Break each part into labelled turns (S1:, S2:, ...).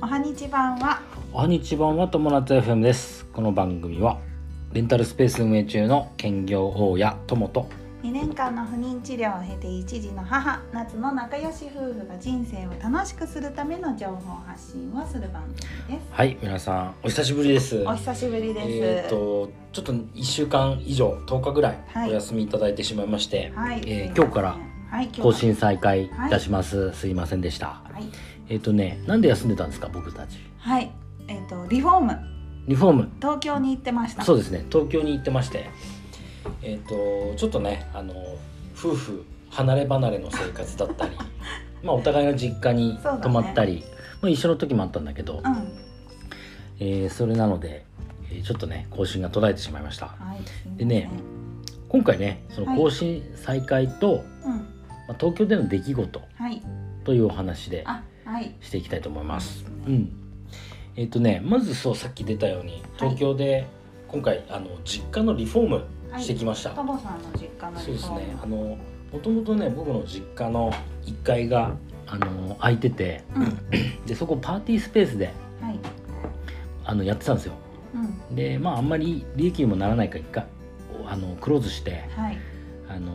S1: はにち版は
S2: おはにちばんは友達 FM ですこの番組はレンタルスペース運営中の兼業大家友と
S1: 2年間の不妊治療を経て一時の母夏の仲良し夫婦が人生を楽しくするための情報発信をする番組です
S2: はい皆さんお久しぶりです
S1: お久しぶりです、
S2: えっ、とちょっと1週間以上10日ぐらい
S1: はい
S2: お休みいただいてしまいまして、
S1: はい、
S2: えー今日から
S1: はい今日
S2: 更新再開いたします、すいませんでした
S1: はい、
S2: えっ、とねなんで休んでたんですか僕たち
S1: はい、えっ、とリフォーム
S2: リフォーム
S1: 東京に行ってました
S2: そう
S1: う
S2: ですね東京に行ってましてえっ、とちょっとねあの夫婦離れ離れの生活 だったりまあお互いの実家に
S1: そうだね
S2: 泊まったり、まあ、一緒の時もあったんだけど、
S1: ん
S2: えーそれなので、えーちょっとね更新が途絶えてしまいました
S1: はいすいません
S2: でね今回ねその更新再開と、
S1: うん
S2: まあ、東京での出来事
S1: はい
S2: というお話で
S1: あはい
S2: していきたいと思います。うん、えっ、とねまずそうさっき出たように東京で今回あの実家のリフォーム
S1: はい
S2: してきました。
S1: トボさんの実家のリ
S2: そうです
S1: フォー
S2: ね
S1: ム
S2: あのもともとね僕の実家の1階があの空いてて
S1: うん
S2: でそこパーティースペースで
S1: はい
S2: あのやってたんですよ
S1: うん
S2: でまああんまり利益にもならないから一回あのクローズして
S1: はい
S2: あの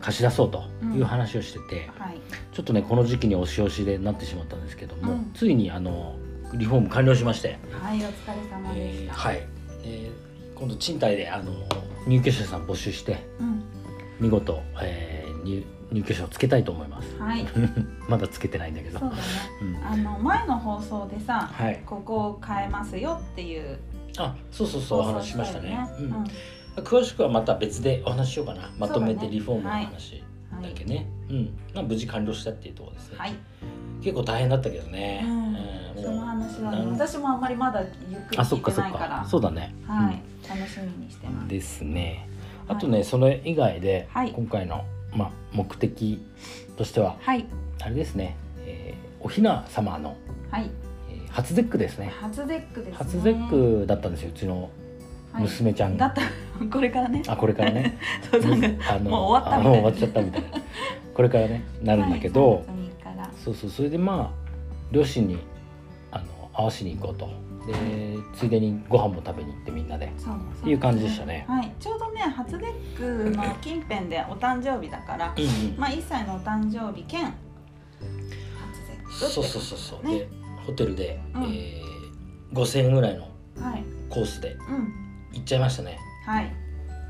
S2: 貸し出そうという話をしてて、
S1: はい
S2: ちょっとねこの時期に押し押しでなってしまったんですけども、
S1: うん
S2: ついにあのリフォーム完了しまして、
S1: はい、お疲れ様でし
S2: えー
S1: た。
S2: はい、えー今度賃貸であの入居者さん募集して
S1: うん、
S2: 見事、えー入入居者をつけたいと思います
S1: はい、
S2: まだつけてないんだけ
S1: そ
S2: ど
S1: うだね。
S2: うん
S1: あの前の放送でさ、
S2: はい
S1: ここを変えますよっていう
S2: あそうそうそう
S1: 放
S2: お
S1: 送
S2: 話ししましたね
S1: よ
S2: う
S1: うんん、は
S2: 詳しくはまた別でお話ししようかなまとめ
S1: そうだ
S2: て
S1: ね
S2: リフォームの話だけ
S1: い、
S2: ねうんまあ無事完了したっていうところですね、
S1: はい、
S2: 結構大変だったけどね、
S1: うん
S2: うん
S1: その話は、
S2: なん
S1: 私もあんまりまだゆっくり
S2: あそ
S1: 聞
S2: っ
S1: い
S2: か
S1: て
S2: そっ
S1: ないから、
S2: かそうだね、
S1: はい、楽しみにして
S2: うん
S1: ます。
S2: ですね
S1: はい
S2: あとね、それ以外で、
S1: はい
S2: 今回の、まあ、目的としては
S1: はい、
S2: あれですね、えーおひな様の、
S1: はい、
S2: えー初絶句ですね
S1: 初ゼックです、ね。
S2: 初絶句だったんですようちの娘ちゃ
S1: はい、
S2: ん
S1: だ
S2: が、
S1: ったこれからね、
S2: あこれからね
S1: そうなんか
S2: あ
S1: も
S2: の
S1: う終わった
S2: あ
S1: みたいな
S2: もう終わっちゃったみたいなこれからねなるんだけど、
S1: はい、三月三日から
S2: そうそうそれでまあ両親にあの会わしに行こうとでついでにご飯も食べに行ってみんなで
S1: そうそう
S2: っていう感じでしたね
S1: はい、ちょうどね、初デックの近辺でお誕生日だから、
S2: うんうん
S1: まあ、1歳のお誕生日兼初節
S2: そうそうそうそう、
S1: ね
S2: でホテルで、
S1: うん
S2: えー、5000円ぐらいの
S1: はい
S2: コースで
S1: うん
S2: 行っちゃいましたね
S1: はい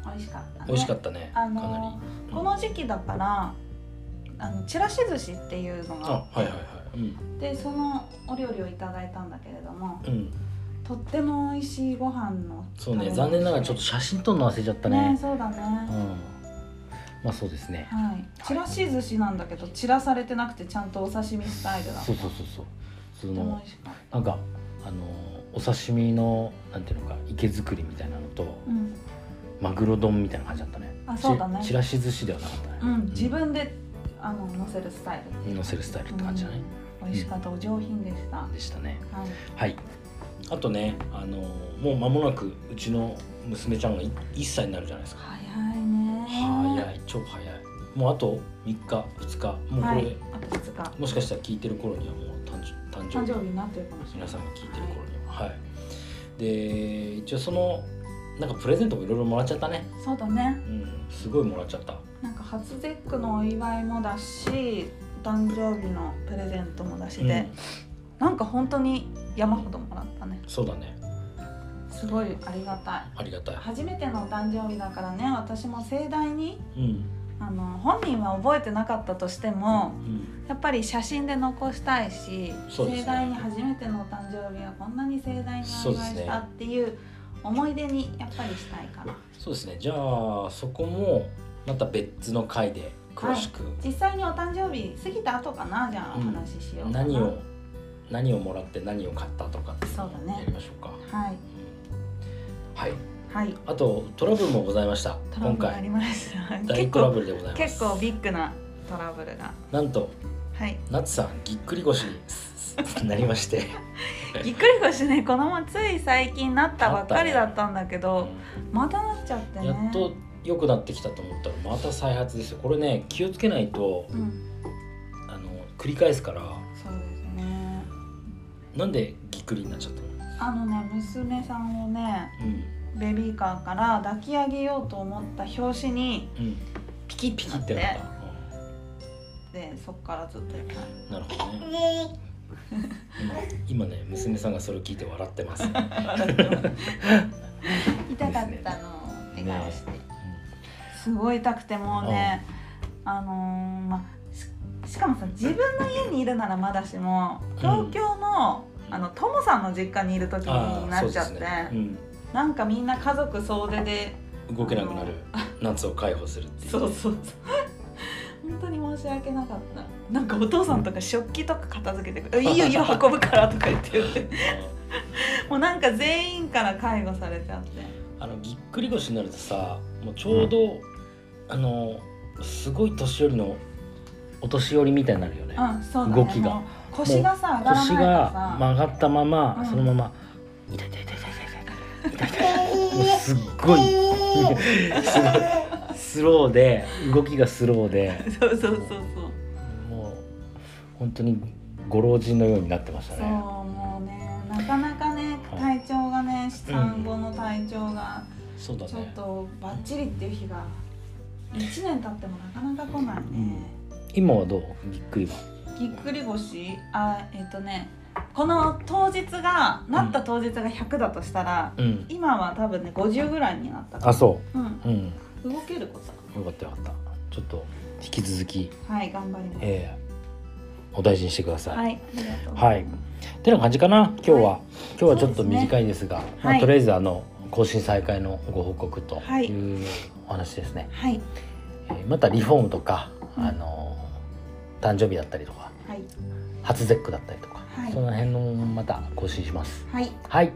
S1: 美味しかった、ね、
S2: 美味しかったね
S1: あの
S2: かなり
S1: この時期だからあのちらし寿司っていうのがあ
S2: あ
S1: って
S2: はいはいはいうん、
S1: でそのお料理をいただいたんだけれども
S2: うん、
S1: とっても美味しいご飯の
S2: そうね残念ながらちょっと写真撮るの忘れちゃったね
S1: ねそうだね、
S2: うんまあそうですね
S1: はいちらし寿司なんだけどちらされてなくてちゃんとお刺身スタイルだ
S2: そうそうそうそうそ
S1: とても
S2: の
S1: 美味しかった
S2: なんかあのお刺身のなんていうのか池作りみたいなのと、
S1: うん、
S2: マグロ丼みたいな感じだったね
S1: あそうだね
S2: ちちらし寿司ではなかったね、
S1: うん、自分であの乗せるスタイルっていう
S2: 乗せるスタイルって感じだね、
S1: うん、美味しかった、お上品でした、は
S2: でしたね
S1: い、
S2: はいあとねあのもう間もなくうちの娘ちゃんがい1歳になるじゃないですか
S1: 早いね
S2: 早い超早いもうあと3日2日もうこ
S1: は
S2: れ、
S1: いあと2日
S2: もしかしたら聞いてる頃にはもう誕生誕生
S1: 誕
S2: 日
S1: 生日になってるかもしれな
S2: 皆
S1: い
S2: さんが聞いてる頃にははいで一応そのなんかプレゼントもいろいろもらっちゃったね
S1: そうだね
S2: うんすごいもらっちゃった
S1: なんか初絶句のお祝いもだしお誕生日のプレゼントもだしで、
S2: うん
S1: なんか本当に山ほどもらったね
S2: そうだね
S1: すごいありがたい
S2: ありがたい
S1: 初めてのお誕生日だからね私も盛大に
S2: うん
S1: あの本人は覚えてなかったとしても
S2: うん
S1: やっぱり写真で残したいし、
S2: そうですね
S1: 盛大に初めてのお誕生日はこんなに盛大にお
S2: そうで
S1: 祝い
S2: すね
S1: したっていう思い出にやっぱりしたいから、
S2: そうですねじゃあそこもまた別の回で詳しく、
S1: 実際にお誕生日過ぎた後かなじゃあお
S2: うん
S1: 話ししようかな、
S2: 何を何をもらって何を買ったとかって
S1: そうだね
S2: やりましょうか、
S1: はい
S2: はい
S1: はい
S2: あとトラブルもございました
S1: トラ
S2: 今
S1: ブルあ
S2: 回
S1: りました
S2: 大
S1: 結
S2: トラ
S1: 構
S2: ブルでございます
S1: 結構ビッグなトラブルが
S2: なんと
S1: はい
S2: 夏さんぎっくり腰になりまして
S1: ぎっくり腰ねこのまつい最近なったばっかりだったんだけどまたなっちゃってね
S2: やっと良くなってきたと思ったらまた再発ですよこれね気をつけないと
S1: うん
S2: あの繰り返すから
S1: そうですね
S2: なんでぎっくりになっちゃっ
S1: あ
S2: たの
S1: のね娘さんをね
S2: うん
S1: ベビーカーから抱き上げようと思った拍子に
S2: うん
S1: ピキッ
S2: ピ
S1: ピ
S2: キ
S1: キっ
S2: っ
S1: てて
S2: なった、
S1: でそっからずっとや ってない
S2: うんなるほどね今今ね娘さんがそれを聞いて笑ってます、 うん
S1: 痛かったの怪我をして、すごい痛くてもうねあのーまあししかもさ自分の家にいるならまだしも東京の,、
S2: うん
S1: あのトモさんの実家にいる時
S2: あ
S1: に
S2: あ
S1: な
S2: そ
S1: っ
S2: う
S1: ち
S2: で
S1: ゃっ
S2: す
S1: て、
S2: ね、う
S1: なんかみんな家族総出で
S2: ん、動けなくなる夏を解放す るっていう
S1: そうそうそう本当に申し訳なかったなんかお父さんとか食器とか片付けてくる「い いよいいよ運ぶから」とか言って言ってもうなんか全員から介護されちゃって
S2: あのぎっくり腰になるとさもうちょうど、あのすごい年寄りのお年寄りみたいになるよね、
S1: うんそうだね
S2: 動きが
S1: もう腰がさ上がらない
S2: 腰
S1: から
S2: が
S1: さ
S2: 曲がったまま、
S1: うん
S2: そのまま痛い痛い痛い痛い痛い痛い痛い痛いもうすっごいすごいスローで動きがスローで
S1: そうそうそうそう
S2: もう本当にご老人のようになってました
S1: そう
S2: ね
S1: もうねなかなかね
S2: は
S1: 体調がね産後の体調が
S2: そうだ
S1: ちょっとバッチリっていう日が1年経ってもなかなか来ないね、
S2: 今はどうぎっくりは
S1: ぎっくり腰あえっ、とねこの当日がなった当日が100だとしたら、
S2: うん
S1: 今は多分ね50ぐらいになったか
S2: あ
S1: ら、
S2: そうううん
S1: ん、動けること
S2: よかったよかったちょっと引き続き、
S1: はい頑張ります、
S2: えーお大事にしてください、
S1: はいありがとうご
S2: は
S1: ざ
S2: い
S1: います
S2: てな感じかな今日は、
S1: は
S2: 今日はちょっと短いですがまあ
S1: はい
S2: とりあえずあの更新再開のご報告と
S1: はい
S2: いうお話ですね、
S1: はい
S2: えーまたリフォームとか、
S1: うん
S2: あのー誕生日だったりとか
S1: はい
S2: 初絶句だったりとか、
S1: はい
S2: その辺のまた更新します
S1: はい
S2: はい今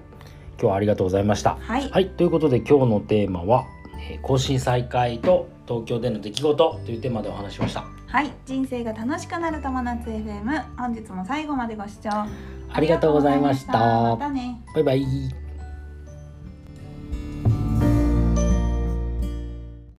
S2: 日はありがとうございました
S1: はい
S2: はいということで今日のテーマは、えー更新再開と東京での出来事というテーマでお話ししました
S1: はい人生が楽しくなる友達 FM 本日も最後までご視聴あ
S2: ありがとうございました
S1: またね
S2: バイバイ